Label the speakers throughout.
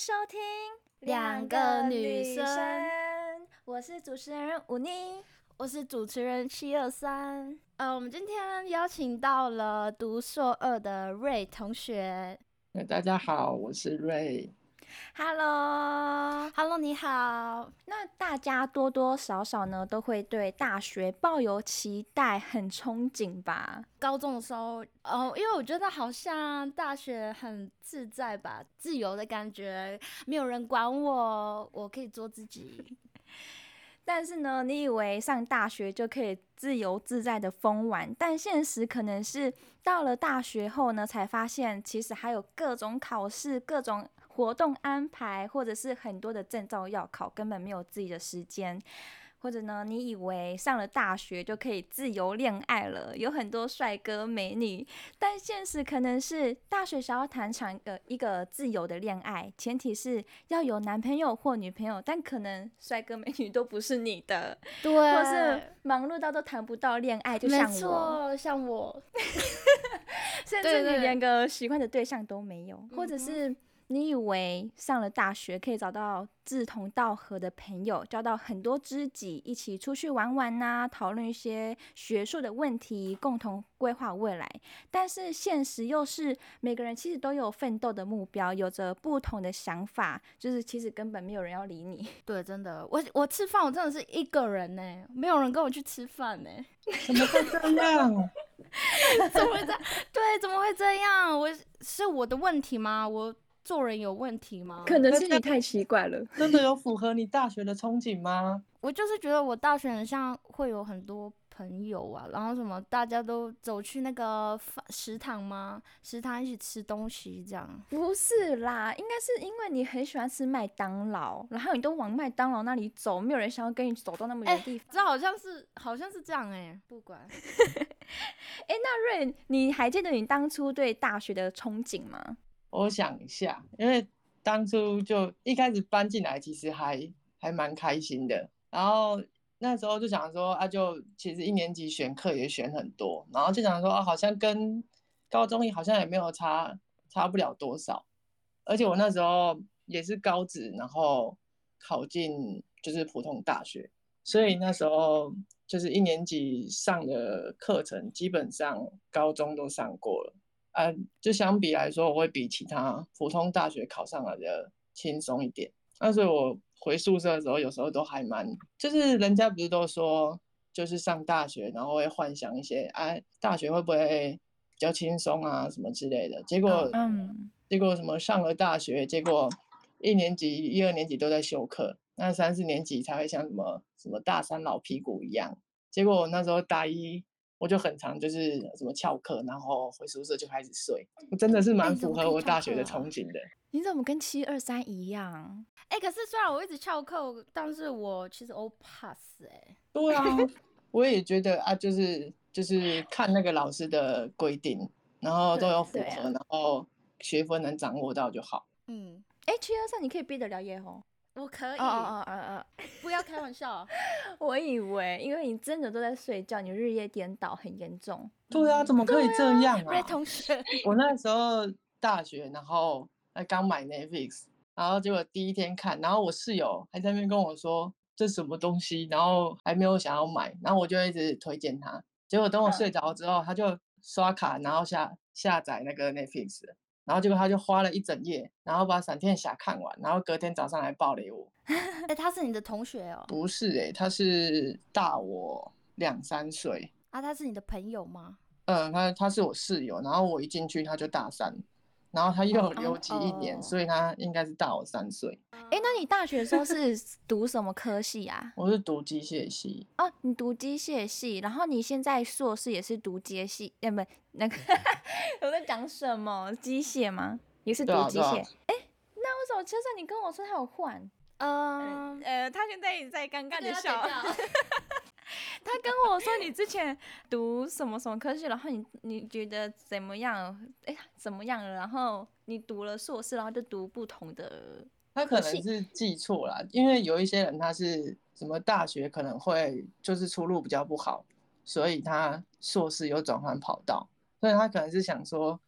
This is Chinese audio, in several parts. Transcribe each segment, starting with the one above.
Speaker 1: 收听
Speaker 2: 两个女生
Speaker 1: 我是主持人吴妮。
Speaker 2: 我是主持人七二三。呃，我们今天邀请到了读硕二的瑞同学。
Speaker 3: 那大家好，我是瑞。
Speaker 1: Hello，
Speaker 2: Hello，你好。
Speaker 1: 那大家多多少少呢都会对大学抱有期待，很憧憬吧？
Speaker 2: 高中的时候，哦，因为我觉得好像大学很自在吧，自由的感觉，没有人管我，我可以做自己。
Speaker 1: 但是呢，你以为上大学就可以自由自在的疯玩，但现实可能是到了大学后呢，才发现其实还有各种考试、各种活动安排，或者是很多的证照要考，根本没有自己的时间。或者呢，你以为上了大学就可以自由恋爱了，有很多帅哥美女，但现实可能是大学想要谈场呃一个自由的恋爱，前提是要有男朋友或女朋友，但可能帅哥美女都不是你的，
Speaker 2: 对，
Speaker 1: 或是忙碌到都谈不到恋爱，就
Speaker 2: 没
Speaker 1: 像我，
Speaker 2: 错，像我，
Speaker 1: 甚
Speaker 2: 对
Speaker 1: 至
Speaker 2: 对
Speaker 1: 你连个喜欢的对象都没有，或者
Speaker 2: 嗯哼
Speaker 1: 是你以为上了大学可以找到志同道合的朋友，交到很多知己，一起出去玩玩呐、讨论一些学术的问题，共同规划未来。但是现实又是每个人其实都有奋斗的目标，有着不同的想法，就是其实根本没有人要理你。
Speaker 2: 对，真的，我我吃饭我真的是一个人呢、没有人跟我去吃饭呢、
Speaker 3: 怎么会这样？
Speaker 2: 怎么会这样？对，怎么会这样？我是我的问题吗？我做人有问题吗？
Speaker 1: 能
Speaker 3: 是你
Speaker 1: 太奇怪了。
Speaker 3: 真的有符合你大学的憧憬吗？
Speaker 2: 我就是觉得我大学很像会有很多朋友啊，然后什么大家都走去那个饭食堂吗？食堂一起吃东西这样。
Speaker 1: 不是啦，应该是因为你很喜欢吃麦当劳，然后你都往麦当劳那里走，没有人想要跟你走到那么远的地方。
Speaker 2: 这好像是好像是这样哎、不 管
Speaker 1: 哎、那瑞，你还记得你当初对大学的憧憬吗？
Speaker 3: 我想一下，因为当初就一开始搬进来，其实还还蛮开心的。然后那时候就想说啊就，其实一年级选课也选很多，然后就想说啊，好像跟高中好像也没有差，差不了多少。而且我那时候也是高职，然后考进就是普通大学，所以那时候就是一年级上的课程，基本上高中都上过了。呃，就相比来说，我会比其他普通大学考上来的轻松一点。那所以我回宿舍的时候，有时候都还蛮，就是人家不是都说，就是上大学，然后会幻想一些，哎、大学会不会比较轻松啊，什么之类的。结果，
Speaker 1: 嗯，
Speaker 3: 结果什么上了大学，结果一年级、一二年级都在修课，那三四年级才会像什么什么大三老屁股一样。结果我那时候大一，我就很常就是什么翘课，然后回宿舍就开始睡。我真的是
Speaker 2: 哎
Speaker 3: 蛮
Speaker 2: 你怎
Speaker 3: 符
Speaker 2: 么可
Speaker 3: 合
Speaker 2: 以
Speaker 3: 我
Speaker 2: 翘
Speaker 3: 大
Speaker 2: 课
Speaker 3: 学的
Speaker 2: 啊
Speaker 3: 憧憬的。
Speaker 1: 你怎么跟七二三一样？
Speaker 2: 哎、可是虽然我一直翘课，但是我其实 O pass 哎、
Speaker 3: 对啊，我也觉得啊，就是就是看那个老师的规定，然后都
Speaker 2: 对
Speaker 3: 有符
Speaker 1: 对啊
Speaker 3: 合，然后学分能掌握到就好。
Speaker 2: 嗯，
Speaker 1: 哎、七二三，你可以毕得了业哦。
Speaker 2: 我可以，
Speaker 1: 哦
Speaker 2: 不要开玩笑。啊
Speaker 1: 哦！我以为，因为你真的都在睡觉，你日夜颠倒很严重。
Speaker 3: 对
Speaker 2: 嗯
Speaker 3: 啊，怎么可以这样啊？
Speaker 2: 瑞 同学，
Speaker 3: 我那时候大学，然后呃刚买 Netflix，然后结果第一天看，然后我室友还在那边跟我说这什么东西，然后还没有想要买，然后我就一直推荐他。结果等我睡着之后，他就刷卡，然后下下载那个 Netflix，了然后结果他就花了一整夜，然后把《闪电侠》看完，然后隔天早上来暴雷我。
Speaker 2: 哎、他是你的同学哦、
Speaker 3: 不是诶、他是大我两三岁，
Speaker 2: 啊，他是你的朋友吗？
Speaker 3: 嗯，他他是我室友，然后我一进去他就大三，然后他又
Speaker 2: 哦
Speaker 3: 留级一年，
Speaker 2: 哦
Speaker 3: 所以他应该是大我三岁。
Speaker 2: 嗯欸
Speaker 1: 哎、那你大学的时候是 读什么科系啊？
Speaker 3: 我是读机械系，
Speaker 1: 哦，你读机械系，然后你现在硕士也是读机械系，呃，不，那个我在讲什么？机械吗？也是读
Speaker 3: 对啊
Speaker 1: 机
Speaker 3: 对啊
Speaker 1: 械。哎、那为什么车上你跟我说他有换？啊
Speaker 2: 嗯、
Speaker 1: 呃，他现在也在尴尬
Speaker 2: 对
Speaker 1: 的
Speaker 2: 他
Speaker 1: 笑。
Speaker 2: 等一下
Speaker 1: 他跟我说你之前读什么什么科系，然后你你觉得怎么样？哎、怎么样了？然后你读了硕士，然后就读不同的。
Speaker 3: 他可
Speaker 1: 可惜
Speaker 3: 能是记错了，因为有一些人他是什么大学可能会就是出路比较不好，所以他硕士有转换跑道，所以他可能是想说，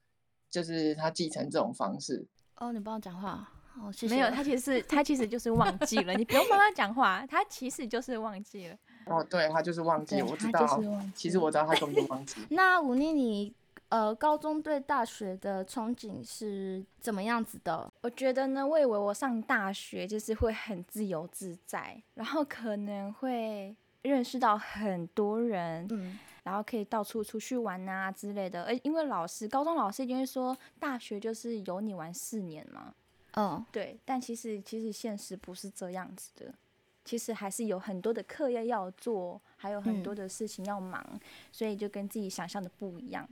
Speaker 3: 就是他继承这种方式，
Speaker 2: 哦，你帮我讲话。哦，谢谢。
Speaker 1: 没有，他其实他其实就是忘记了，你不用帮他讲话，他其实就是忘记了。
Speaker 3: 哦，对他就是忘记，
Speaker 2: 对
Speaker 3: 我知
Speaker 2: 他就
Speaker 3: 道
Speaker 2: 是忘，。
Speaker 3: 其实我知道他根本就忘记
Speaker 2: 那忤逆你，呃，高中对大学的憧憬是怎么样子的？
Speaker 1: 我觉得呢，我以为我上大学就是会很自由自在，然后可能会认识到很多人，
Speaker 2: 嗯，
Speaker 1: 然后可以到处出去玩啊之类的。而因为老师，高中老师一定会说，大学就是有你玩四年嘛，
Speaker 2: 哦，
Speaker 1: 对。但其实其实现实不是这样子的，其实还是有很多的课业要做，还有很多的事情要忙，所以就跟自己想象的不一样。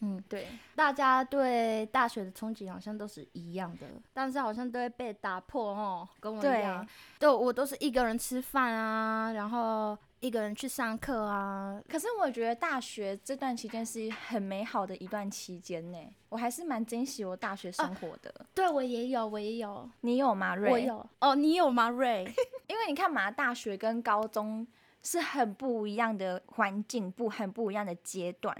Speaker 2: 嗯，
Speaker 1: 对，
Speaker 2: 大家对大学的憧憬好像都是一样的，但是好像都会被打破哦，跟我一样，对我都是一个人吃饭啊，然后一个人去上课啊，
Speaker 1: 可是我觉得大学这段期间是很美好的一段期间呢，我还是蛮珍惜我大学生活的。
Speaker 2: 对我也有，我也有，
Speaker 1: 你有吗，瑞？
Speaker 2: 啊我，有哦，你有吗， 瑞？
Speaker 1: 因为你看嘛，大学跟高中是很不一样的环境，不很不一样的阶段，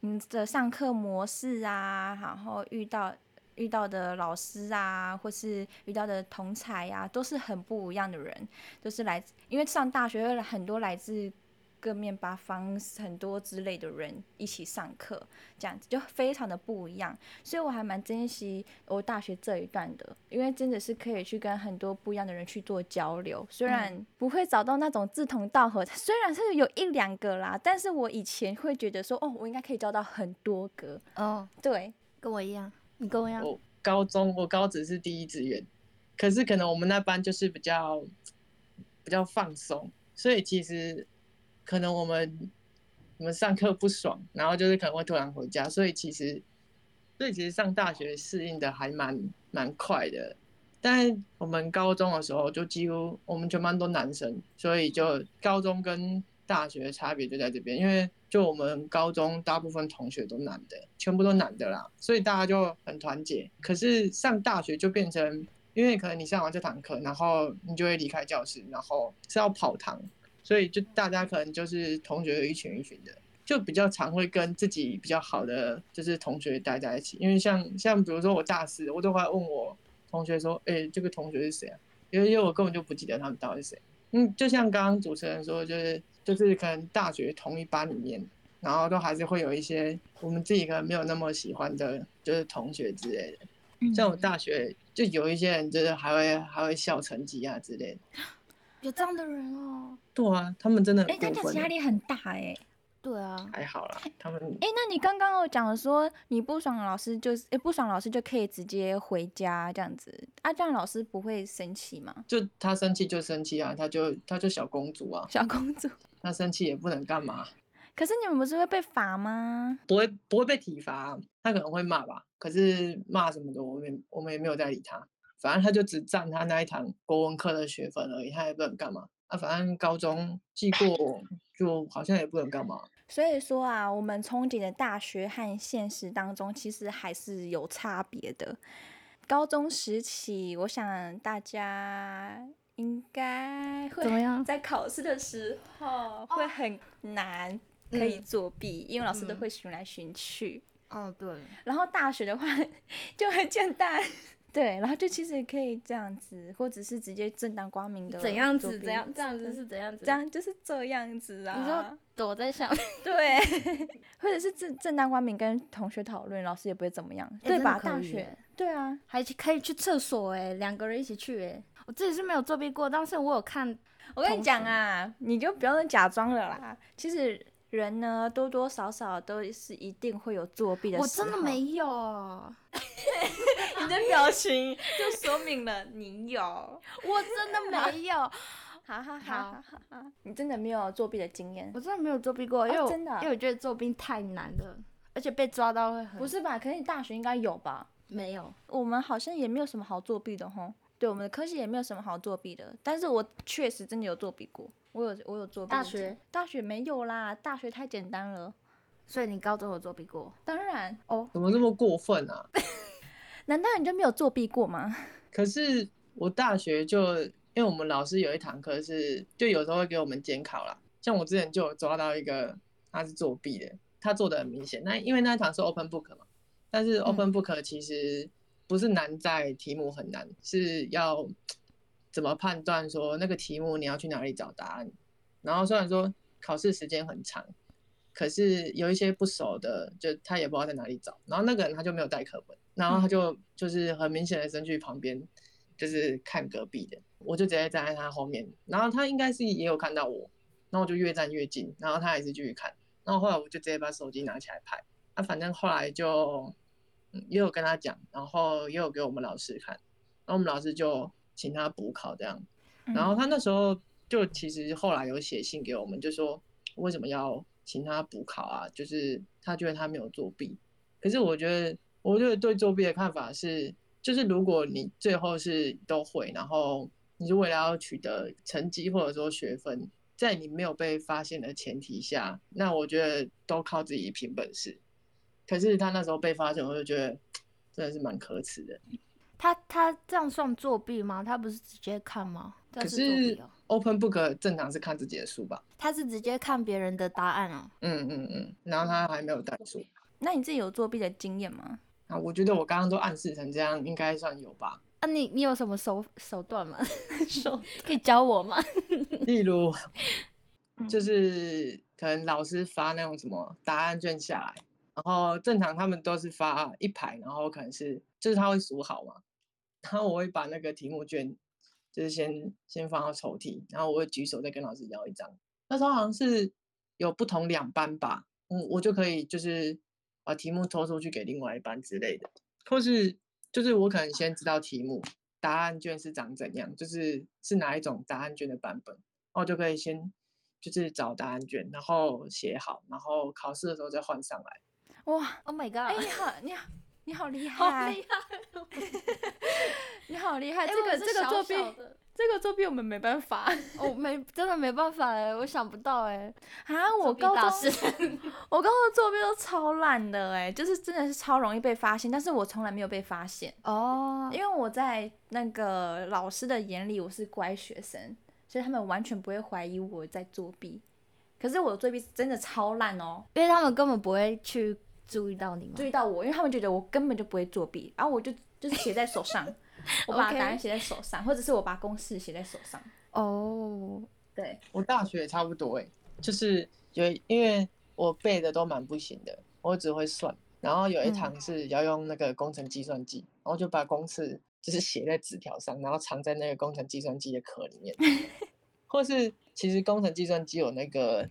Speaker 1: 你的上课模式啊，然后遇到。遇到的老师啊，或是遇到的同才啊，都是很不一样的人，都是来自，因为上大学会很多来自各面八方很多之类的人一起上课，这样子就非常的不一样，所以我还蛮珍惜我大学这一段的，因为真的是可以去跟很多不一样的人去做交流，虽然不会找到那种志同道合，虽然是有一两个啦，但是我以前会觉得说，哦，我应该可以交到很多个，
Speaker 2: 哦，
Speaker 1: 对，
Speaker 2: 跟我一样，你跟我一样，
Speaker 3: 我高中我高职是第一志愿，可是可能我们那班就是比较比较放松，所以其实可能我们我们上课不爽，然后就是可能会突然回家，所以其实所以其实上大学适应的还蛮蛮快的。但我们高中的时候就几乎我们全班都男生，所以就高中跟大学差别就在这边，因为就我们高中大部分同学都男的，全部都男的啦，所以大家就很团结。可是上大学就变成，因为可能你上完这堂课，然后你就会离开教室，然后是要跑堂，所以就大家可能就是同学一群一群的，就比较常会跟自己比较好的就是同学待在一起，因为像像比如说我大四，我都会问我同学说，哎、这个同学是谁啊？因为因为我根本就不记得他们到底是谁。嗯，就像刚刚主持人说，就是就是可能大学同一班里面，然后都还是会有一些我们自己可能没有那么喜欢的，就是同学之类的。像我大学就有一些人，就是还会还会笑成绩啊之类的。
Speaker 2: 有这样的人哦，
Speaker 3: 对啊，他们真的
Speaker 1: 哎、
Speaker 3: 很
Speaker 1: 大
Speaker 3: 过
Speaker 1: 家压
Speaker 3: 分欸。
Speaker 1: 力很大哎、
Speaker 2: 对啊，
Speaker 3: 还好啦，他们
Speaker 1: 哎、那你刚刚有讲说你不爽老师就是，哎、不爽老师就可以直接回家这样子，啊，这样老师不会生气吗？
Speaker 3: 就他生气就生气啊，他就他就小公主啊，
Speaker 1: 小公主，
Speaker 3: 他生气也不能干嘛，啊
Speaker 1: 可是你们不是会被罚吗？
Speaker 3: 不会不会被体罚，他可能会骂吧，可是骂什么的，我们也我们也没有在理他，反正他就只占他那一堂国文课的学分而已，他也不能干嘛。啊，反正高中记过，就好像也不能干嘛。
Speaker 1: 所以说啊，我们憧憬的大学和现实当中，其实还是有差别的。高中时期，我想大家应该会
Speaker 2: 怎么样
Speaker 1: 在考试的时
Speaker 2: 哦
Speaker 1: 候会很难
Speaker 2: 嗯
Speaker 1: 可以作弊，因为老师都会寻来寻去。
Speaker 2: 哦，对，
Speaker 1: 然后大学的话 就很简 单，对，然后就其实也可以这样子，或者是直接正当光明的
Speaker 2: 怎样子？怎样？
Speaker 1: 这
Speaker 2: 这样子是怎样子？
Speaker 1: 嗯这样就是这样子啊？
Speaker 2: 你说躲在下面，
Speaker 1: 对， 或者是正正当光明跟同学讨论，老师也不会怎么样，对
Speaker 2: 哎真的
Speaker 1: 吧？
Speaker 2: 可
Speaker 1: 大
Speaker 2: 以
Speaker 1: 学
Speaker 2: 耶
Speaker 1: 对啊，
Speaker 2: 还去可以去厕所哎、两个人一起去哎、我自己是没有作弊过，但是我有看，
Speaker 1: 我跟你
Speaker 2: 同
Speaker 1: 讲
Speaker 2: 学
Speaker 1: 啊，你就不用假装了啦。其实人呢，多多少少都是一定会有作弊的
Speaker 2: 我
Speaker 1: 时
Speaker 2: 真的
Speaker 1: 候
Speaker 2: 没有，
Speaker 1: 你的表情就说明了你 有。
Speaker 2: 我真的没有，
Speaker 1: 好好好好好，你真的没有作弊的经验？
Speaker 2: 我真的没有作弊过，因为
Speaker 1: 哦
Speaker 2: 我、
Speaker 1: 真的啊
Speaker 2: 因为我觉得作弊太难了，而且被抓到会很
Speaker 1: 不是吧？可是你大学应该有吧？
Speaker 2: 没有，
Speaker 1: 我们好像也没有什么好作弊的吼。对，我们的科系也没有什么好作弊的，但是我确实真的有作弊过，我有我有作弊的
Speaker 2: 大
Speaker 1: 经验。
Speaker 2: 学
Speaker 1: 大学没有啦，大学太简单了。
Speaker 2: 所以你高中有作弊过
Speaker 1: 当然，
Speaker 2: 哦？
Speaker 3: 怎么这么过分啊？
Speaker 1: 难道你就没有作弊过吗？
Speaker 3: 可是我大学就因为我们老师有一堂课是，就有时候会给我们监考啦。像我之前就有抓到一个他是作弊的，他做的很明显。那因为那一堂是 open book 嘛，但是 open book 其实不是难在题目很难，是要怎么判断说那个题目你要去哪里找答案。然后虽然说考试时间很长，可是有一些不熟的，就他也不知道在哪里找。然后那个人他就没有带课本，然后他就就是很明显的先去旁边，就是看隔壁的。我就直接站在他后面，然后他应该是也有看到我，然后我就越站越近，然后他还是继续看。然后后来我就直接把手机拿起来拍。啊，反正后来就、嗯、也有跟他讲，然后也有给我们老师看，然后我们老师就请他补考这样。
Speaker 2: 嗯
Speaker 1: 嗯
Speaker 3: 然后他那时候就其实后来有写信给我们，就说为什么要请他补考啊？就是他觉得他没有作弊。可是我觉得，我觉得对作弊的看法是，就是如果你最后是都会，然后你是为了要取得成绩或者说学分，在你没有被发现的前提下，那我觉得都靠自己凭本事。可是他那时候被发现，我就觉得真的是蛮可耻的。
Speaker 2: 他他这样算作弊吗？他不是直接看吗？
Speaker 3: 可
Speaker 2: 是作弊哦、
Speaker 3: Open Book 正常是看自己的书吧？
Speaker 2: 他是直接看别人的答案哦。
Speaker 3: 嗯嗯嗯。然后他还没有带书。
Speaker 1: 那你自己有作弊的经验吗？
Speaker 3: 啊，我觉得我刚刚都暗示成这样，应该算有吧。
Speaker 2: 啊，你你有什么手手段吗？手 可以教我吗？
Speaker 3: 例如，就是可能老师发那种什么答案卷下来。然后正常他们都是发一排，然后可能是就是他会数好嘛，然后我会把那个题目卷就是先先放到抽屉，然后我会举手再跟老师要一张。那时候好像是有不同两班吧，嗯，我就可以就是把题目抽出去给另外一班之类的，或是就是我可能先知道题目答案卷是长怎样，就是是哪一种答案卷的版本，我哦就可以先就是找答案卷，然后写好，然后考试的时候再换上来。
Speaker 1: 哇
Speaker 2: ，Oh my god！
Speaker 1: 哎、欸，你好，你好，你好厉
Speaker 2: 好厉
Speaker 1: 害，
Speaker 2: 害！
Speaker 1: 你好厉害！
Speaker 2: 哎
Speaker 1: 这
Speaker 2: 我
Speaker 1: 个
Speaker 2: 是
Speaker 1: 这个
Speaker 2: 小
Speaker 1: 作弊
Speaker 2: 小的，
Speaker 1: 这个作弊我们没办 法
Speaker 2: 我、哦没真的没办法哎，我想不到哎。
Speaker 1: 啊！我
Speaker 2: 作弊
Speaker 1: 高
Speaker 2: 大
Speaker 1: 中
Speaker 2: 师
Speaker 1: 我高中作弊都超烂的哎、就是真的是超容易被发现，但是我从来没有被发现，
Speaker 2: 哦
Speaker 1: 因为我在那个老师的眼里我是乖学生，所以他们完全不会怀疑我在作弊。可是我的作弊真的超烂哦，
Speaker 2: 因为他们根本不会去注意到你嘛
Speaker 1: 注。意到我，因为他们觉得我根本就不会作弊，然后我就就是写在手 上，我把
Speaker 2: OK
Speaker 1: 答案写在手上，或者是我把公式写在手上。
Speaker 2: 哦，
Speaker 1: 对，
Speaker 3: 我大学也差不多哎、就是有因为我背的都蛮不行的，我只会算，然后有一堂是要用那个工程计算机，然后就把公式就是写在纸条上，然后藏在那个工程计算机的壳里面，或是其实工程计算机有那个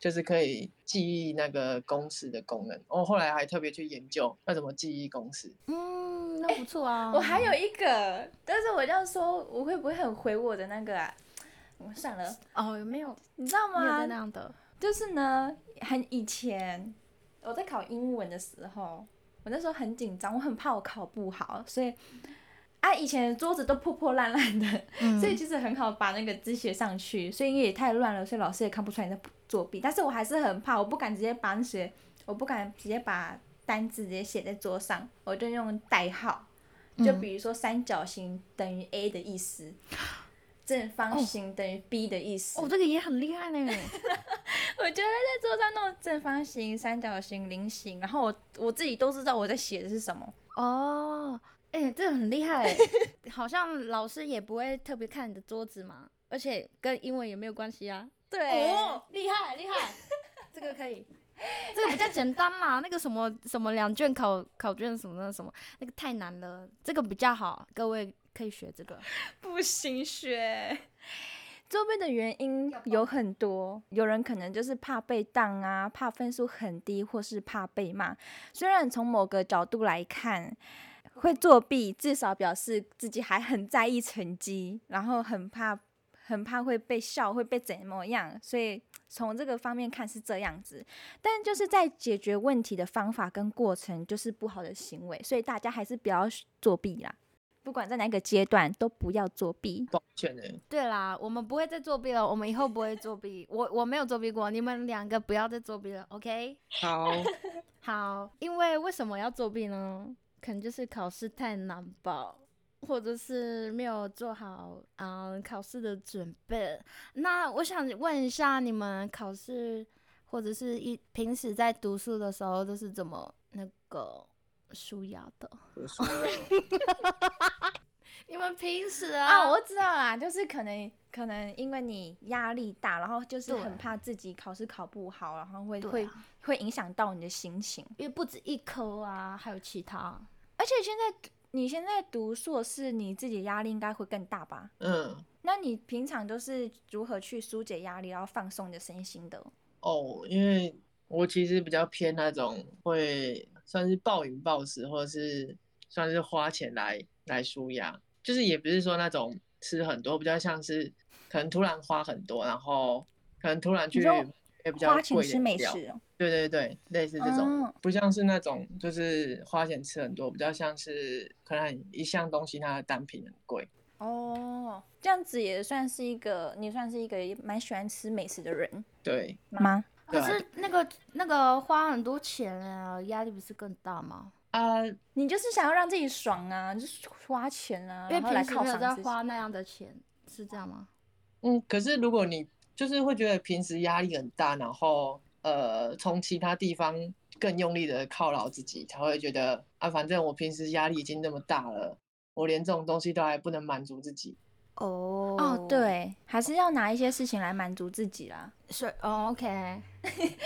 Speaker 3: 就是可以记忆那个公式的功能，哦我后来还特别去研究要怎么记忆公式。
Speaker 2: 嗯，那不错啊。
Speaker 1: 我还有一个，但是我这样说，我会不会很毁我的那个啊？我算了，
Speaker 2: 哦，有没有？
Speaker 1: 你知道
Speaker 2: 没有在
Speaker 1: 吗
Speaker 2: 那？样的。
Speaker 1: 就是呢，很以前我在考英文的时候，我那时候很紧张，我很怕我考不好，所以啊，以前的桌子都破破烂烂的，
Speaker 2: 嗯
Speaker 1: 所以其实很好把那个字写上去，所以因为也太乱了，所以老师也看不出来你在作弊。但是我还是很怕，我不敢直接把那些，我不敢直接把单字直接写在桌上，我就用代号，就
Speaker 2: 嗯
Speaker 1: 比如说三角形等于 A 的意思，正方形等于 B 的意思。
Speaker 2: 哦，这个也很厉害呢。
Speaker 1: 我觉得在桌上弄正方形、三角形、菱形，然后我我自己都知道我在写的是什么。
Speaker 2: 哦，哎、这个很厉 害欸，好像老师也不会特别看你的桌子嘛，而且跟英文也没有关系啊。
Speaker 1: 对，
Speaker 2: 哦，厉害厉害， 这个可以，这个比较简单啦。那个什么什么两卷考考卷什么的什么，那个太难了，这个比较好，各位可以学这个。
Speaker 1: 不行学。作弊的原因有很多，有人可能就是怕被当啊，怕分数很低，或是怕被骂。虽然从某个角度来看，会作弊至少表示自己还很在意成绩，然后很怕很怕会被笑，会被怎么样，所以从这个方面看是这样子。但就是在解决问题的方法跟过程就是不好的行为，所以大家还是不要作弊啦。不管在哪个阶段都不要作弊。
Speaker 3: 抱歉欸呢、
Speaker 2: 对啦，我们不会再作弊了，我们以后不会作弊。我我没有作弊过，你们两个不要再作弊了，OK？
Speaker 3: 好，
Speaker 2: 好，因为为什么要作弊呢？可能就是考试太难吧，或者是没有做好嗯、考试的准备。那我想问一下，你们考试或者是一平时在读书的时候都是怎么那个舒压的。
Speaker 3: 就是
Speaker 2: 你们平时
Speaker 1: 啊，
Speaker 2: 啊，
Speaker 1: 我知道啦，就是可能可能因为你压力大，然后就是
Speaker 2: 对
Speaker 1: 很怕自己考试考不好，然后会、
Speaker 2: 对啊
Speaker 1: 会会影响到你的心情。
Speaker 2: 因为不止一科啊，还有其他。
Speaker 1: 而且现在你现在读硕士，你自己压力应该会更大吧？
Speaker 3: 嗯。
Speaker 1: 那你平常都是如何去疏解压力，然后放松你的身心的？
Speaker 3: 哦，因为我其实比较偏那种会算是暴饮暴食，或者是算是花钱来来舒压，就是也不是说那种吃很多，比较像是可能突然花很多，然后可能突然
Speaker 1: 你
Speaker 3: 去
Speaker 1: 说
Speaker 3: 也比较
Speaker 1: 花钱
Speaker 3: 贵的
Speaker 1: 吃
Speaker 3: 饮
Speaker 1: 美
Speaker 3: 料
Speaker 1: 食哦，
Speaker 3: 对对对，类似这种，
Speaker 1: 哦
Speaker 3: 不像是那种就是花钱吃很多，比较像是可能一项东西它的单品很贵。
Speaker 1: 哦，这样子也算是一个，你算是一个蛮喜欢吃美食的人
Speaker 3: 对，
Speaker 1: 吗？
Speaker 2: 可
Speaker 3: 对啊
Speaker 2: 是那个那个花很多钱啊，压力不是更大吗？
Speaker 1: 嗯
Speaker 3: 啊，
Speaker 1: 你就是想要让自己爽啊，你就是花钱啊，
Speaker 2: 因为
Speaker 1: 然后来
Speaker 2: 平时
Speaker 1: 犒
Speaker 2: 没有
Speaker 1: 赏
Speaker 2: 在
Speaker 1: 自己。
Speaker 2: 花那样的钱，是这样吗？
Speaker 3: 嗯，可是如果你就是会觉得平时压力很大，然后呃，从其他地方更用力的犒劳自己，才会觉得啊，反正我平时压力已经那么大了，我连这种东西都还不能满足自己。
Speaker 2: 哦
Speaker 1: 哦，，对，还是要拿一些事情来满足自己啦。
Speaker 2: 是哦，OK，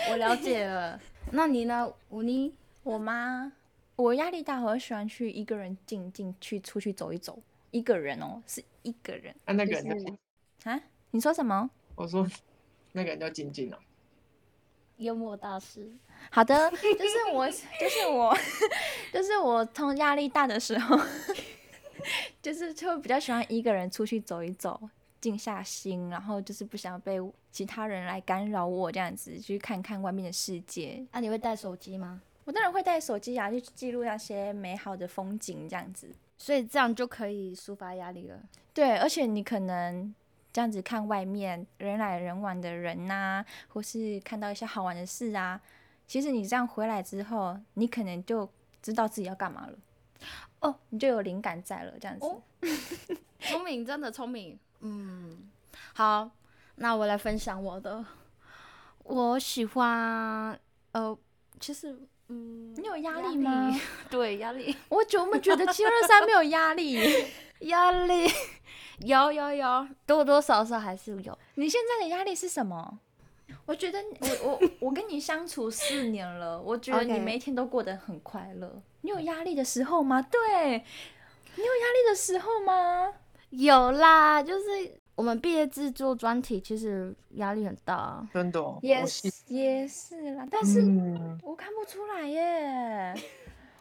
Speaker 2: 我 了解了。那你呢，吴妮？
Speaker 1: 我妈，我压力大，我喜欢去一个人静静去出去走一走，一个人哦，是一个人
Speaker 3: 那、那
Speaker 2: 就
Speaker 3: 个人
Speaker 2: 是
Speaker 3: 叫，
Speaker 1: 啊？你说什么？
Speaker 3: 我说那个人叫静静哦，
Speaker 2: 幽默大师。
Speaker 1: 好的，就是我，就是我， 就是我通压力大的时候， 就是就比较喜欢一个人出去走一走，静下心，然后就是不想被其他人来干扰我，这样子去看看外面的世界。
Speaker 2: 啊那、你会带手机吗？
Speaker 1: 我当然会带手机啊，去记录那些美好的风景，这样子。
Speaker 2: 所以这样就可以抒发压力了。
Speaker 1: 对，而且你可能这样子看外面人来人往的人呐、或是看到一些好玩的事啊，其实你这样回来之后，你可能就知道自己要干嘛了。
Speaker 2: 哦，
Speaker 1: 你就有灵感在了，这样子。
Speaker 2: 哦聪明，真的聪明。嗯，好，那我来分享我的。我喜欢，呃，其实，嗯，
Speaker 1: 你有压力 吗？？
Speaker 2: 对，压力，
Speaker 1: 我怎么觉得七二三没有压力？
Speaker 2: 压力， 有有有，多多少少还是有。
Speaker 1: 你现在的压力是什么？我觉得我 我我跟你相处四年了，我觉得你
Speaker 2: OK
Speaker 1: 每一天都过得很快乐。你有压力的时候吗？对，你有压力的时候吗？
Speaker 2: 有啦，就是我们毕业制作专题，其实压力很大啊。
Speaker 3: 真的、哦，
Speaker 1: 也
Speaker 3: 我
Speaker 1: 是
Speaker 3: 信
Speaker 1: 也是啦，但是
Speaker 3: 嗯，
Speaker 1: 我看不出来 耶，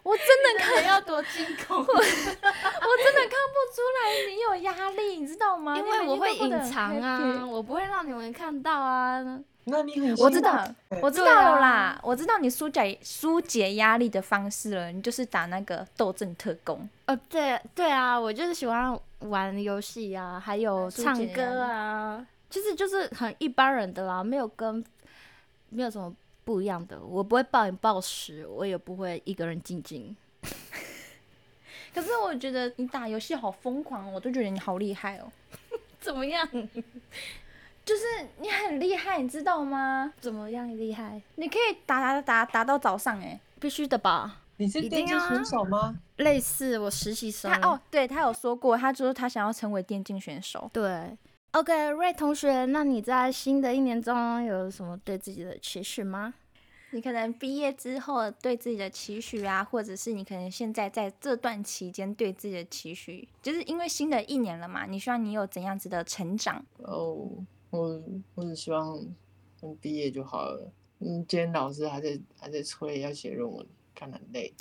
Speaker 1: 我真的看，
Speaker 2: 要多进 攻，
Speaker 1: 我真的看不出来你有压力，你知道吗？
Speaker 2: 啊因
Speaker 1: 你每
Speaker 2: 为我
Speaker 1: 天
Speaker 2: 会
Speaker 1: 都过
Speaker 2: 隐
Speaker 1: 得很
Speaker 2: 藏
Speaker 1: happy
Speaker 2: 啊，我不会让你们看到啊。
Speaker 3: 那你很
Speaker 1: 我
Speaker 3: 幸
Speaker 1: 知道，我知道
Speaker 2: 对啊
Speaker 1: 了啦，我知道你疏解疏解压力的方式了，你就是打那个斗阵特工。
Speaker 2: 哦，对对啊，我就是喜欢玩游戏啊，还有
Speaker 1: 疏
Speaker 2: 唱
Speaker 1: 解压
Speaker 2: 歌
Speaker 1: 力
Speaker 2: 啊，其实就是很一般人的啦，没有跟没有什么不一样的。我不会暴饮暴食，我也不会一个人静静。
Speaker 1: 可是我觉得你打游戏好疯狂哦，我都觉得你好厉害哦，
Speaker 2: 怎么样？
Speaker 1: 就是你很厉害，你知道吗？
Speaker 2: 怎么样厉害？
Speaker 1: 你可以打打打打到早上哎、
Speaker 2: 必须的吧？
Speaker 3: 你是
Speaker 2: 一
Speaker 3: 电
Speaker 2: 定
Speaker 3: 竞
Speaker 2: 啊
Speaker 3: 选手吗？
Speaker 2: 类似我实习生
Speaker 1: 他哦，对他有说过，他说他想要成为电竞选手。
Speaker 2: 对，OK，瑞同学，那你在新的一年中有什么对自己的期许吗？
Speaker 1: 你可能毕业之后对自己的期许啊，或者是你可能现在在这段期间对自己的期许，就是因为新的一年了嘛，你希望你有怎样子的成长？
Speaker 3: 哦，我我只希望能毕业就好了。嗯，今天老师还在还在催要写论文，看得很累。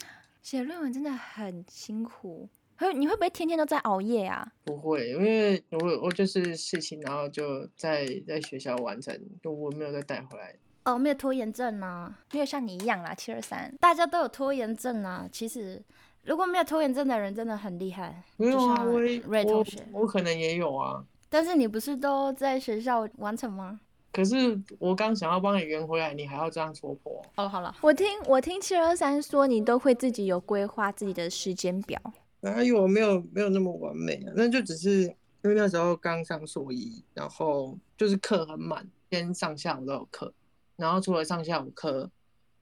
Speaker 1: 写论文真的很辛苦，会你会不会天天都在熬夜啊？
Speaker 3: 不会，因为我我就是事情，然后就在在学校完成，就我没有再带回来。
Speaker 2: 哦，没有拖延症啊，
Speaker 1: 没有像你一样啦，七二三。
Speaker 2: 大家都有拖延症啊。其实，如果没有拖延症的人，真的很厉害。
Speaker 3: 没有啊，
Speaker 2: 像
Speaker 3: 我也
Speaker 2: 瑞
Speaker 3: 我
Speaker 2: 同学
Speaker 3: 我可能也有啊，
Speaker 2: 但是你不是都在学校完成吗？
Speaker 3: 可是我刚想要帮你圆回来，你还要这样戳破。啊
Speaker 2: 哦，好了，
Speaker 1: 我听我听七二三说，你都会自己有规划自己的时间表。
Speaker 3: 哪有没有没有那么完美啊？那就只是因为那时候刚上硕一，然后就是课很满，天上下午都有课，然后除了上下午课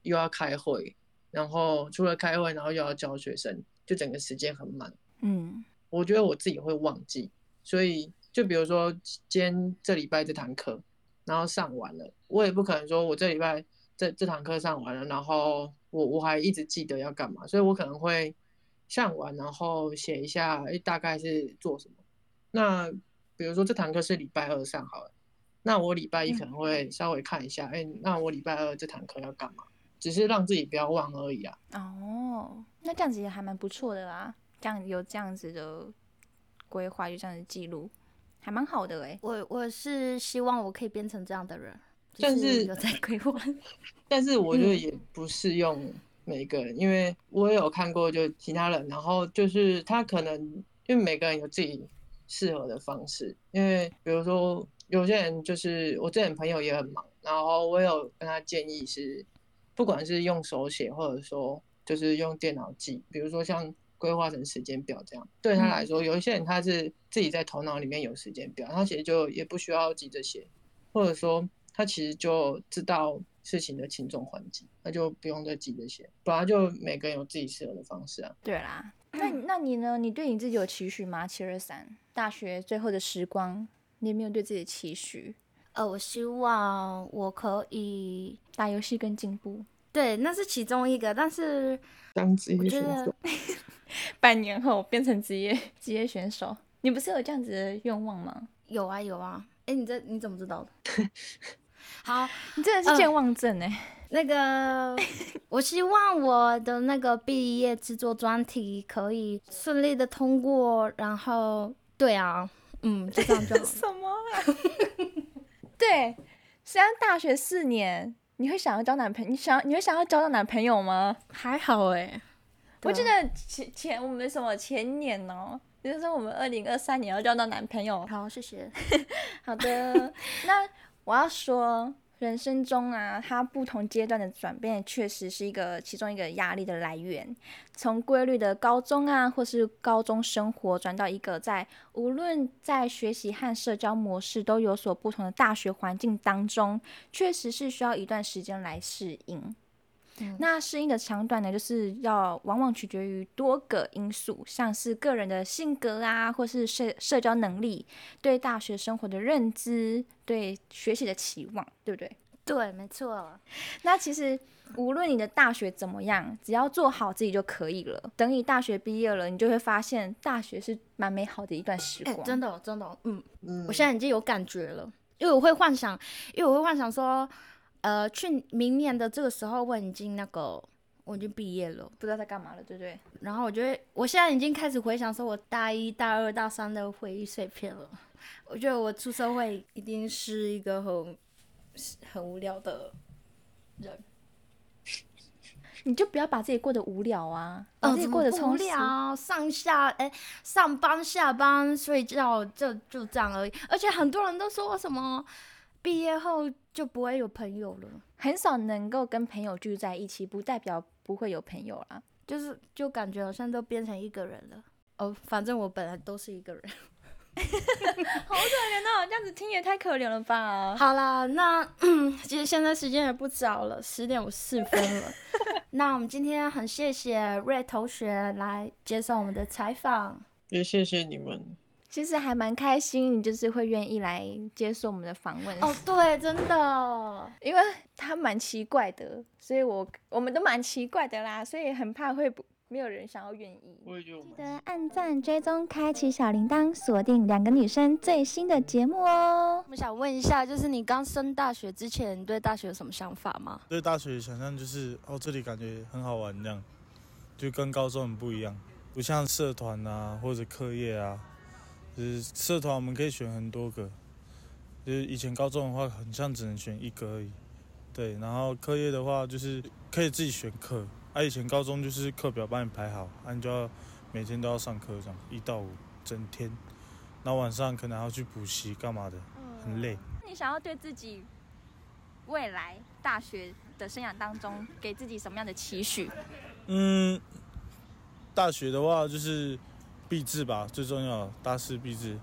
Speaker 3: 又要开会，然后除了开会，然后又要教学生，就整个时间很满。
Speaker 1: 嗯
Speaker 3: 我觉得我自己会忘记，所以就比如说今天这礼拜这堂课，然后上完了，我也不可能说我这礼拜这这堂课上完了，然后我我还一直记得要干嘛，所以我可能会上完，然后写一下，哎，大概是做什么。那比如说这堂课是礼拜二上好了，那我礼拜一可能会稍微看一下，哎、那我礼拜二这堂课要干嘛？只是让自己不要忘而已啊。
Speaker 1: 哦，那这样子也还蛮不错的啦，这样有这样子的规划，有这样的记录，还蛮好的哎、
Speaker 2: 我我是希望我可以变成这样的人，就
Speaker 3: 但是
Speaker 2: 有在规划。
Speaker 3: 但是我觉得也不适用每个人，因为我也有看过就其他人，然后就是他可能因为每个人有自己适合的方式，因为比如说有些人就是我之前朋友也很忙，然后我有跟他建议是，不管是用手写或者说就是用电脑记，比如说像。规划成时间表这样，对他来说，有一些人他是自己在头脑里面有时间表，他其实就也不需要急着写，或者说他其实就知道事情的轻重缓急，那就不用再急着写，本来就每个人有自己适合的方式啊。
Speaker 1: 对 啦，那你那你呢？你对你自己有期许吗？七二三大学最后的时光，你有没有对自己的期许？
Speaker 2: 呃，我希望我可以，
Speaker 1: 打游戏跟进步，
Speaker 2: 对，那是其中一个，但是
Speaker 3: 当职
Speaker 2: 我
Speaker 3: 业
Speaker 2: 觉
Speaker 3: 选
Speaker 2: 得
Speaker 3: 手，
Speaker 1: 半年后变成职业 职业选手，你不是有这样子的愿望吗？
Speaker 2: 有啊有啊。哎，你这你怎么知道的？ 好，
Speaker 1: 你真的是
Speaker 2: 嗯
Speaker 1: 健忘症哎、
Speaker 2: 那个，我希望我的那个毕业制作专题可以顺利的通过，然后对啊，嗯，就这样就好 了
Speaker 1: 什么、 啊？对，实际上大学四年，你会想要交男朋友？你想你会想要交到男朋友吗？
Speaker 2: 还好哎、
Speaker 1: 我
Speaker 2: 对
Speaker 1: 记得前前我们什么前年哦，就是我们二零二三年要交到男朋友。
Speaker 2: 好，谢谢。
Speaker 1: 好的，那我要说，人生中啊，它不同阶段的转变，确实是一个其中一个压力的来源。从规律的高中啊，或是高中生活，转到一个在无论在学习和社交模式都有所不同的大学环境当中，确实是需要一段时间来适应。
Speaker 2: 嗯
Speaker 1: 那适应的长短呢，就是要往往取决于多个因素，像是个人的性格啊，或是社社交能力，对大学生活的认知，对学习的期望，对不对？
Speaker 2: 对，没错。
Speaker 1: 那其实无论你的大学怎么样，只要做好自己就可以了。等你大学毕业了，你就会发现大学是蛮美好的一段时
Speaker 2: 哎、
Speaker 1: 光。
Speaker 2: 真的哦、真的哦、嗯，
Speaker 3: 嗯，
Speaker 2: 我现在已经有感觉了，因为我会幻想，因为我会幻想说，呃，去明年的这个时候，我已经那个，我已经毕业了。
Speaker 1: 不知道在干嘛了，对不对？
Speaker 2: 然后我觉得我现在已经开始回想说我大一、大二、大三的回忆碎片了。我觉得我出社会一定是一个很很无聊的人，
Speaker 1: 你就不要把自己过得无聊啊，把自己
Speaker 2: 怎么
Speaker 1: 过得
Speaker 2: 不
Speaker 1: 充
Speaker 2: 无
Speaker 1: 实。
Speaker 2: 聊，上下哎，上班、下班、睡觉，就就这样而已。而且很多人都说什么毕业后就不会有朋友了，
Speaker 1: 很少能够跟朋友聚在一起，不代表不会有朋友啦。
Speaker 2: 就是就感觉好像都变成一个人了。哦，反正我本来都是一个人。
Speaker 1: 好可怜哦，这样子听也太可怜了吧？
Speaker 2: 好啦，那嗯其实现在时间也不早了，十点五四 分了。那我们今天很谢谢瑞同学来接受我们的采访。
Speaker 3: 也谢谢你们，
Speaker 1: 其实还蛮开心，你就是会愿意来接受我们的访问
Speaker 2: 哦，对，真的，
Speaker 1: 因为他蛮奇怪的，所以我我们都蛮奇怪的啦，所以很怕会不没有人想要愿意。
Speaker 3: 我也觉得我
Speaker 4: 记
Speaker 3: 们
Speaker 4: 得按赞、追踪、开启小铃铛，锁定两个女生最新的节目哦。
Speaker 5: 我想问一下，就是你刚升大学之前，你对大学有什么想法吗？
Speaker 6: 对大学想象就是哦，这里感觉很好玩这样，就跟高中很不一样，不像社团啊或者课业啊，就是社团我们可以选很多个，就是以前高中的话很像只能选一个而已，对，然后课业的话就是可以自己选课，啊以前高中就是课表帮你排好，啊你就要每天都要上课这样，一到五整天，那晚上可能还要去补习干嘛的，很累。
Speaker 1: 你想要对自己未来大学的生涯当中，给自己什么样的期许？
Speaker 6: 嗯，大学的话就是毕制吧，最重要的大四毕制。
Speaker 7: 就是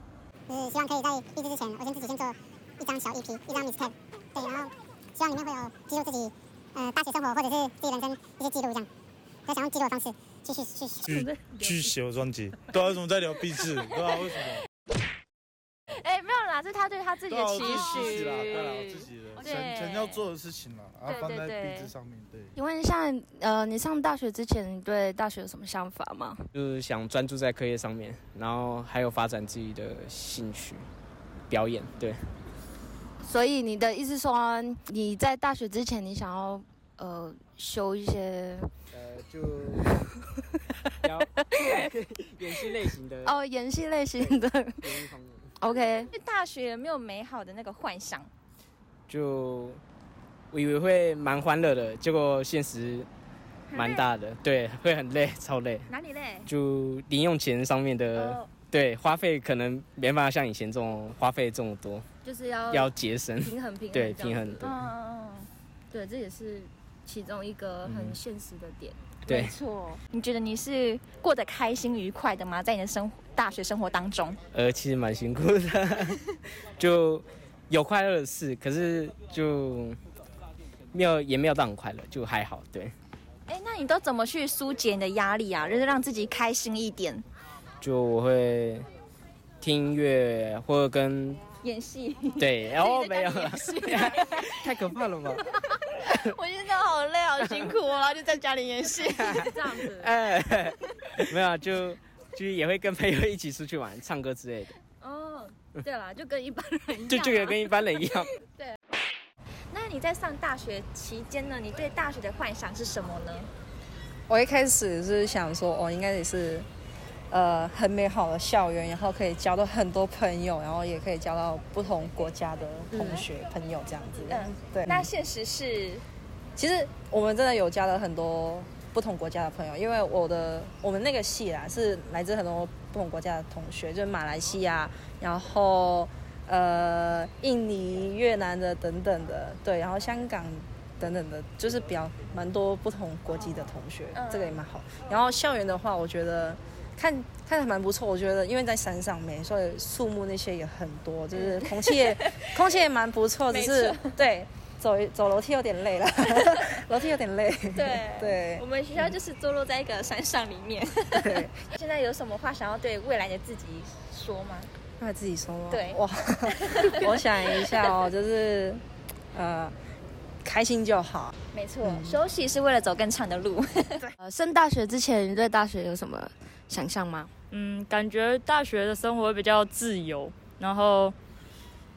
Speaker 7: 呃希望可以在毕业之前，我先自己先做一张小 EP，一张 mixtape，对，然后希望里面会有记录自己呃大学生活或者是自己人生一些记录这样，不要想用记录的方式去去去去
Speaker 6: 去 去写我专辑，对啊，为什么在聊壁纸？对啊，为什么？
Speaker 1: 哎，没有啦，这是他对他自己
Speaker 6: 对
Speaker 1: 的
Speaker 6: 啊，我
Speaker 1: 期
Speaker 6: 自己自己啦，对啦，我
Speaker 1: 许
Speaker 6: 自。己 的
Speaker 1: 对
Speaker 6: 想想要做的事情啦，啊
Speaker 1: 对，
Speaker 6: 放
Speaker 1: 对
Speaker 6: 在
Speaker 1: 对
Speaker 6: 壁纸上面，对。
Speaker 5: 请问一下，呃，你上大学之前，你对大学有什么想法吗？
Speaker 8: 就是想专注在课业上面，然后还有发展自己的兴趣，表演。对，
Speaker 5: 所以你的意思说，你在大学之前，你想要呃修一些
Speaker 8: 呃， 就聊 演戏类型的
Speaker 5: 哦演戏类型的
Speaker 8: 演艺方面，
Speaker 5: ，OK，
Speaker 1: 对大学有没有美好的那个幻想？
Speaker 8: 就我以为会蛮欢乐的，结果现实蛮大的，对，会很累，超累。
Speaker 1: 哪里嘞？
Speaker 8: 就零用钱上面的，
Speaker 1: 哦
Speaker 8: 对，花费可能没办法像以前这种花费这么多，
Speaker 2: 就是要
Speaker 8: 要节省，
Speaker 2: 平衡平衡，
Speaker 8: 对，平衡，，对
Speaker 1: 嗯，嗯嗯，
Speaker 2: 对，这也是其中一个很
Speaker 8: 嗯
Speaker 2: 现实的点。
Speaker 8: 对
Speaker 1: 没。错。你觉得你是过得开心愉快的吗？在你的生活大学生活当中，
Speaker 8: 呃，其实蛮辛苦的， 就有快乐的事，可是就没有也没有到很快乐，就还好。对，
Speaker 1: 哎，那你都怎么去疏解你的压力啊？就是让自己开心一点。
Speaker 8: 就我会听音乐或者跟
Speaker 1: 演戏，
Speaker 8: 对，然后
Speaker 1: 自己
Speaker 8: 没
Speaker 1: 在
Speaker 8: 有
Speaker 1: 家里
Speaker 8: 了
Speaker 1: 演，戏
Speaker 8: 太可怕了吧？
Speaker 1: 我现在好累，好辛苦哦，然后就在家里演戏。
Speaker 2: 这样子，
Speaker 8: 哎，没有啊，就就是也会跟朋友一起出去玩、唱歌之类的，
Speaker 2: 哦，对啦，就跟一般人一样啊，
Speaker 8: 嗯就这个跟一般人一样。
Speaker 1: 那你在上大学期间呢？你对大学的幻想是什么呢？
Speaker 9: 我一开始是想说，哦，应该也是，呃，很美好的校园，然后可以交到很多朋友，然后也可以交到不同国家的同学、朋友这样子。
Speaker 1: 嗯
Speaker 9: 对。
Speaker 1: 那现实是，
Speaker 9: 其实我们真的有交了很多不同国家的朋友，因为我的我们那个系啦是来自很多不同国家的同学，就是马来西亚，然后呃印尼、越南的等等的，对，然后香港等等的，就是比较蛮多不同国籍的同学，
Speaker 1: 嗯
Speaker 9: 这个也蛮好。然后校园的话，我觉得。看看着蛮不错，我觉得，因为在山上没，所以树木那些也很多，就是空气也空气也蛮不错，只是对走一走楼梯有点累 了，楼梯有点累。
Speaker 1: 对
Speaker 9: 对
Speaker 1: 我们学校就是坐落在一个山上里面。
Speaker 9: 对，
Speaker 1: 现在有什么话想要对未来的自己说吗？
Speaker 9: 那自己说吗？
Speaker 1: 对
Speaker 9: 哇，我想一下哦，就是呃，开心就好。
Speaker 1: 没错，
Speaker 9: 嗯
Speaker 1: 休息是为了走更长的路。
Speaker 5: 呃，升大学之前，你对大学有什么想象吗？
Speaker 10: 嗯，感觉大学的生活比较自由，然后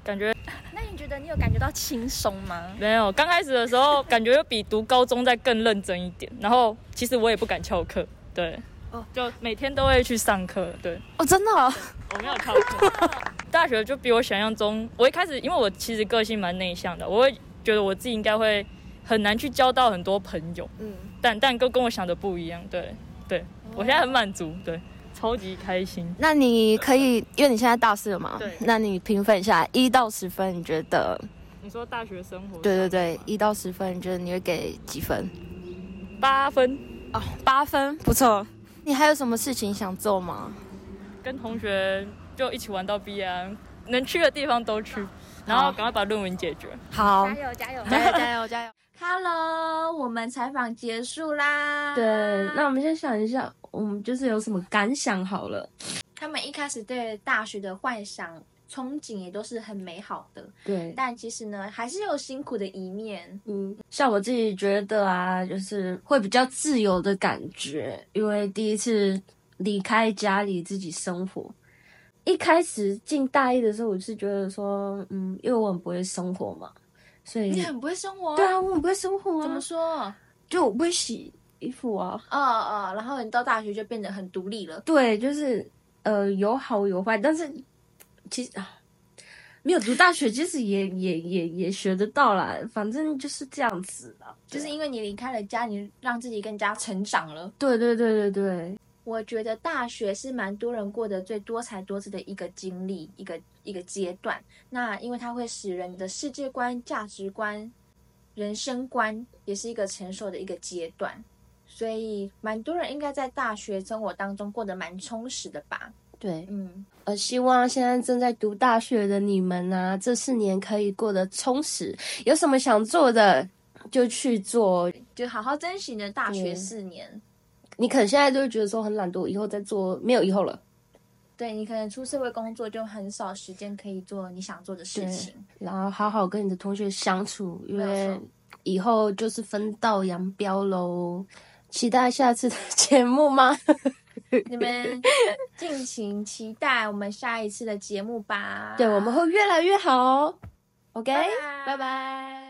Speaker 10: 感觉
Speaker 1: 那你觉得你有感觉到轻松吗？
Speaker 10: 没有刚开始的时候，感觉又比读高中再更认真一点。然后其实我也不敢翘课，对，
Speaker 5: 哦
Speaker 10: 就每天都会去上课，对
Speaker 5: 哦，真的、哦，
Speaker 10: 我没有翘课。大学就比我想象中，我一开始因为我其实个性蛮内向的，我会觉得我自己应该会很难去交到很多朋友，
Speaker 5: 嗯，
Speaker 10: 但但跟跟我想的不一样，对对，我现在很满足，对，超级开心。
Speaker 5: 那你可以，因为你现在大四了嘛，
Speaker 10: 对
Speaker 5: 那你评分一下，一到十分，你觉得？
Speaker 10: 你说大学生活？
Speaker 5: 对对对，一到十分，你觉得你会给几分？
Speaker 10: 八分。
Speaker 5: 哦，八分，不错。你还有什么事情想做吗？
Speaker 10: 跟同学就一起玩到毕业、啊，能去的地方都去，然后赶快把论文解决。
Speaker 5: 好，
Speaker 1: 加油哦加油！
Speaker 5: 加油加油加油！
Speaker 1: Hello，我们采访结束啦。
Speaker 11: 对，那我们先想一下，我们就是有什么感想好了。
Speaker 1: 他们一开始对大学的幻想憧憬也都是很美好的，
Speaker 11: 对，
Speaker 1: 但其实呢，还是有辛苦的一面。
Speaker 11: 嗯，像我自己觉得啊，就是会比较自由的感觉，因为第一次离开家里自己生活。一开始进大一的时候，我是觉得说，嗯，因为我很不会生活嘛，所以
Speaker 1: 你很不会生活，
Speaker 11: 嗯对啊，我很不会生活啊，
Speaker 1: 怎么说？
Speaker 11: 就我不会洗衣服啊。
Speaker 1: 哦哦，然后你到大学就变得很独立了。
Speaker 11: 对，就是呃，有好有坏，但是其实啊，没有读大学，其实也也也也学得到啦，反正就是这样子的。
Speaker 1: 就是因为你离开了家，你让自己更加成长了。
Speaker 11: 对对对对对，
Speaker 1: 我觉得大学是蛮多人过的最多才多姿的一个经历，一个一个阶段。那因为它会使人的世界观、价值观、人生观也是一个成熟的一个阶段，所以蛮多人应该在大学生活当中过得蛮充实的吧。
Speaker 11: 对，
Speaker 1: 嗯，
Speaker 11: 呃，希望现在正在读大学的你们呢、这四年可以过得充实，有什么想做的就去做。
Speaker 1: 就好好珍惜你的大学
Speaker 11: 对
Speaker 1: 四年。
Speaker 2: 你可能现在就会觉得说很懒惰，以后再做没有以后了。
Speaker 1: 对你可能出社会工作就很少时间可以做你想做的事情，
Speaker 2: 然后好好跟你的同学相处，因为以后就是分道扬镳喽。期待下次的节目吗？
Speaker 1: 你们敬请期待我们下一次的节目吧。
Speaker 2: 对，我们会越来越好哦。OK，
Speaker 1: 拜拜。